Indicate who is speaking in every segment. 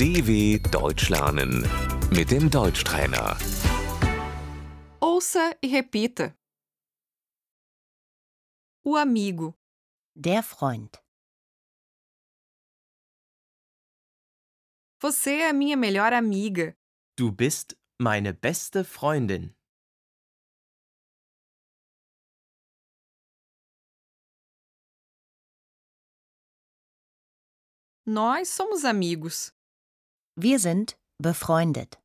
Speaker 1: DW Deutsch lernen mit dem Deutschtrainer.
Speaker 2: Ouça e repita. O amigo,
Speaker 3: Der Freund.
Speaker 2: você é a minha melhor amiga.
Speaker 4: Du bist meine beste Freundin.
Speaker 2: Nós somos amigos.
Speaker 3: Wir sind befreundet.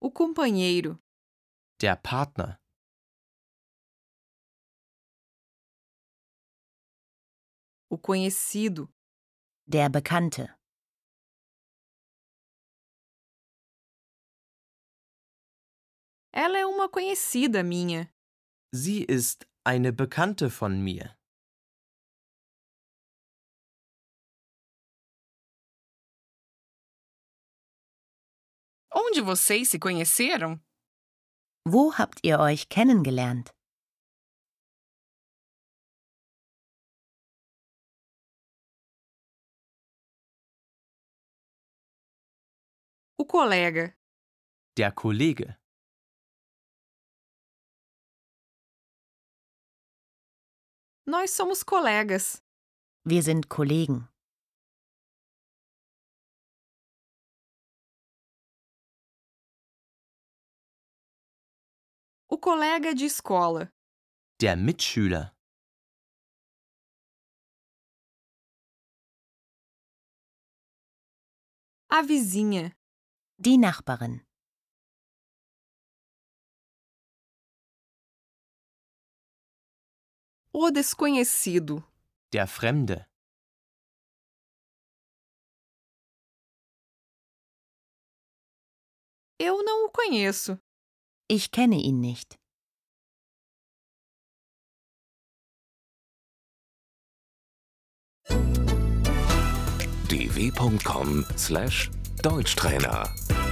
Speaker 2: O companheiro,
Speaker 4: Der Partner.
Speaker 2: o conhecido,
Speaker 3: Der Bekannte.
Speaker 2: ela é uma conhecida minha.
Speaker 4: Sie ist eine Bekannte von mir.
Speaker 2: Onde vocês se conheceram?
Speaker 3: Wo habt ihr euch kennengelernt?
Speaker 2: O colega,
Speaker 4: Der Kollege.
Speaker 2: nós somos colegas.
Speaker 3: Wir sind Kollegen.
Speaker 2: O colega de escola,
Speaker 4: Der Mitschüler.
Speaker 2: a vizinha,
Speaker 3: Die Nachbarin.
Speaker 2: o desconhecido,
Speaker 4: Der Fremde.
Speaker 2: eu não o conheço.
Speaker 3: Ich kenne ihn nicht.
Speaker 1: dw.com/deutschtrainer